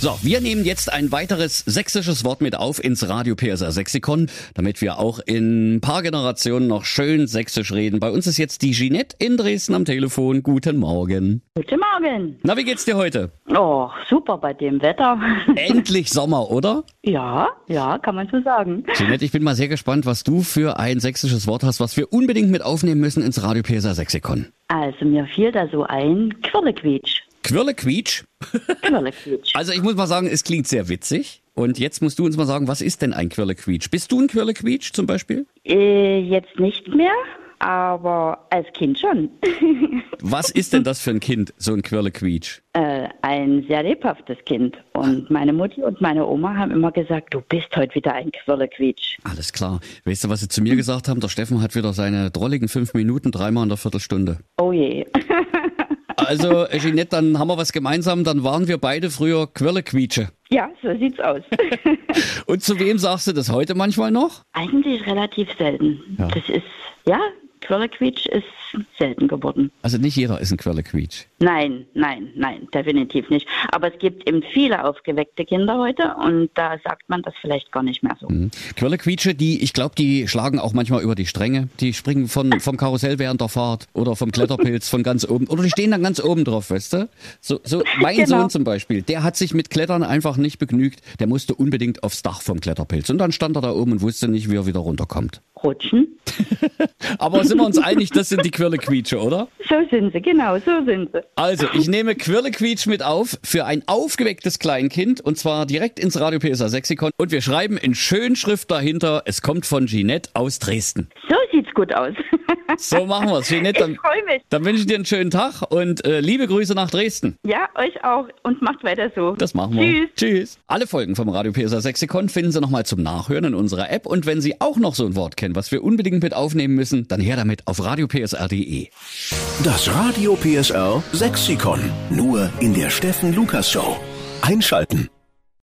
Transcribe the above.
So, wir nehmen jetzt ein weiteres sächsisches Wort mit auf ins Radio PSR Sexikon, damit wir auch in ein paar Generationen noch schön sächsisch reden. Bei uns ist jetzt die Ginette in Dresden am Telefon. Guten Morgen. Guten Morgen. Na, wie geht's dir heute? Oh, super bei dem Wetter. Endlich Sommer, oder? ja, ja, kann man so sagen. Ginette, ich bin mal sehr gespannt, was du für ein sächsisches Wort hast, was wir unbedingt mit aufnehmen müssen ins Radio PSR Sexikon. Also mir fiel da so ein Quirlequietsch. Quirlequietsch? Quirlequietsch. Also ich muss mal sagen, es klingt sehr witzig. Und jetzt musst du uns mal sagen, was ist denn ein Quirlequietsch? Bist du ein Quirlequietsch zum Beispiel? äh, jetzt nicht mehr, aber als Kind schon. Was ist denn das für ein Kind, so ein Quirlequietsch? äh, ein sehr lebhaftes Kind. Und meine Mutti und meine Oma haben immer gesagt, du bist heute wieder ein Quirlequietsch. Alles klar. Weißt du, was sie zu mir gesagt haben? Der Steffen hat wieder seine drolligen fünf Minuten, dreimal in der Viertelstunde. Oh je. Also, äh, Jeanette, dann haben wir was gemeinsam. Dann waren wir beide früher Quirlequietsche. ja, so sieht's aus. Und zu wem sagst du das heute manchmal noch? Eigentlich relativ selten. Das ist, ja, Quirlequietsch ist selten geworden. Also nicht jeder ist ein Quirlequietsch. Nein, nein, nein, definitiv nicht. Aber es gibt eben viele aufgeweckte Kinder heute und da sagt man das vielleicht gar nicht mehr so. Mhm. Quirlequietsche, die, ich glaube, die schlagen auch manchmal über die Stränge. Die springen von, vom Karussell während der Fahrt oder vom Kletterpilz von ganz oben. Oder die stehen dann ganz oben drauf, weißt du? So, so mein Genau. Sohn zum Beispiel, der hat sich mit Klettern einfach nicht begnügt. Der musste unbedingt aufs Dach vom Kletterpilz. Und dann stand er da oben und wusste nicht, wie er wieder runterkommt. Rutschen, Aber sind wir uns einig, das sind die Quirlequietsche, oder? so sind sie, genau, so sind sie. Also, ich nehme Quirlequietsch mit auf für ein aufgewecktes Kleinkind und zwar direkt ins Radio PSA Sexikon. Und wir schreiben in Schönschrift dahinter, es kommt von Ginette aus Dresden. So sieht's gut aus. So machen wir's, Ginette. Dann, Ich freu mich. dann wünsche ich dir einen schönen Tag und äh, liebe Grüße nach Dresden. ja, euch auch und macht weiter so. Das machen wir. Tschüss. Tschüss. Alle Folgen vom Radio PSA Sexikon finden Sie nochmal zum Nachhören in unserer App. Und wenn Sie auch noch so ein Wort kennen, was wir unbedingt mit aufnehmen müssen, dann her damit auf radiopsr.de. Das Radio PSR Sexikon. Nur in der Steffen Lukas Show. Einschalten.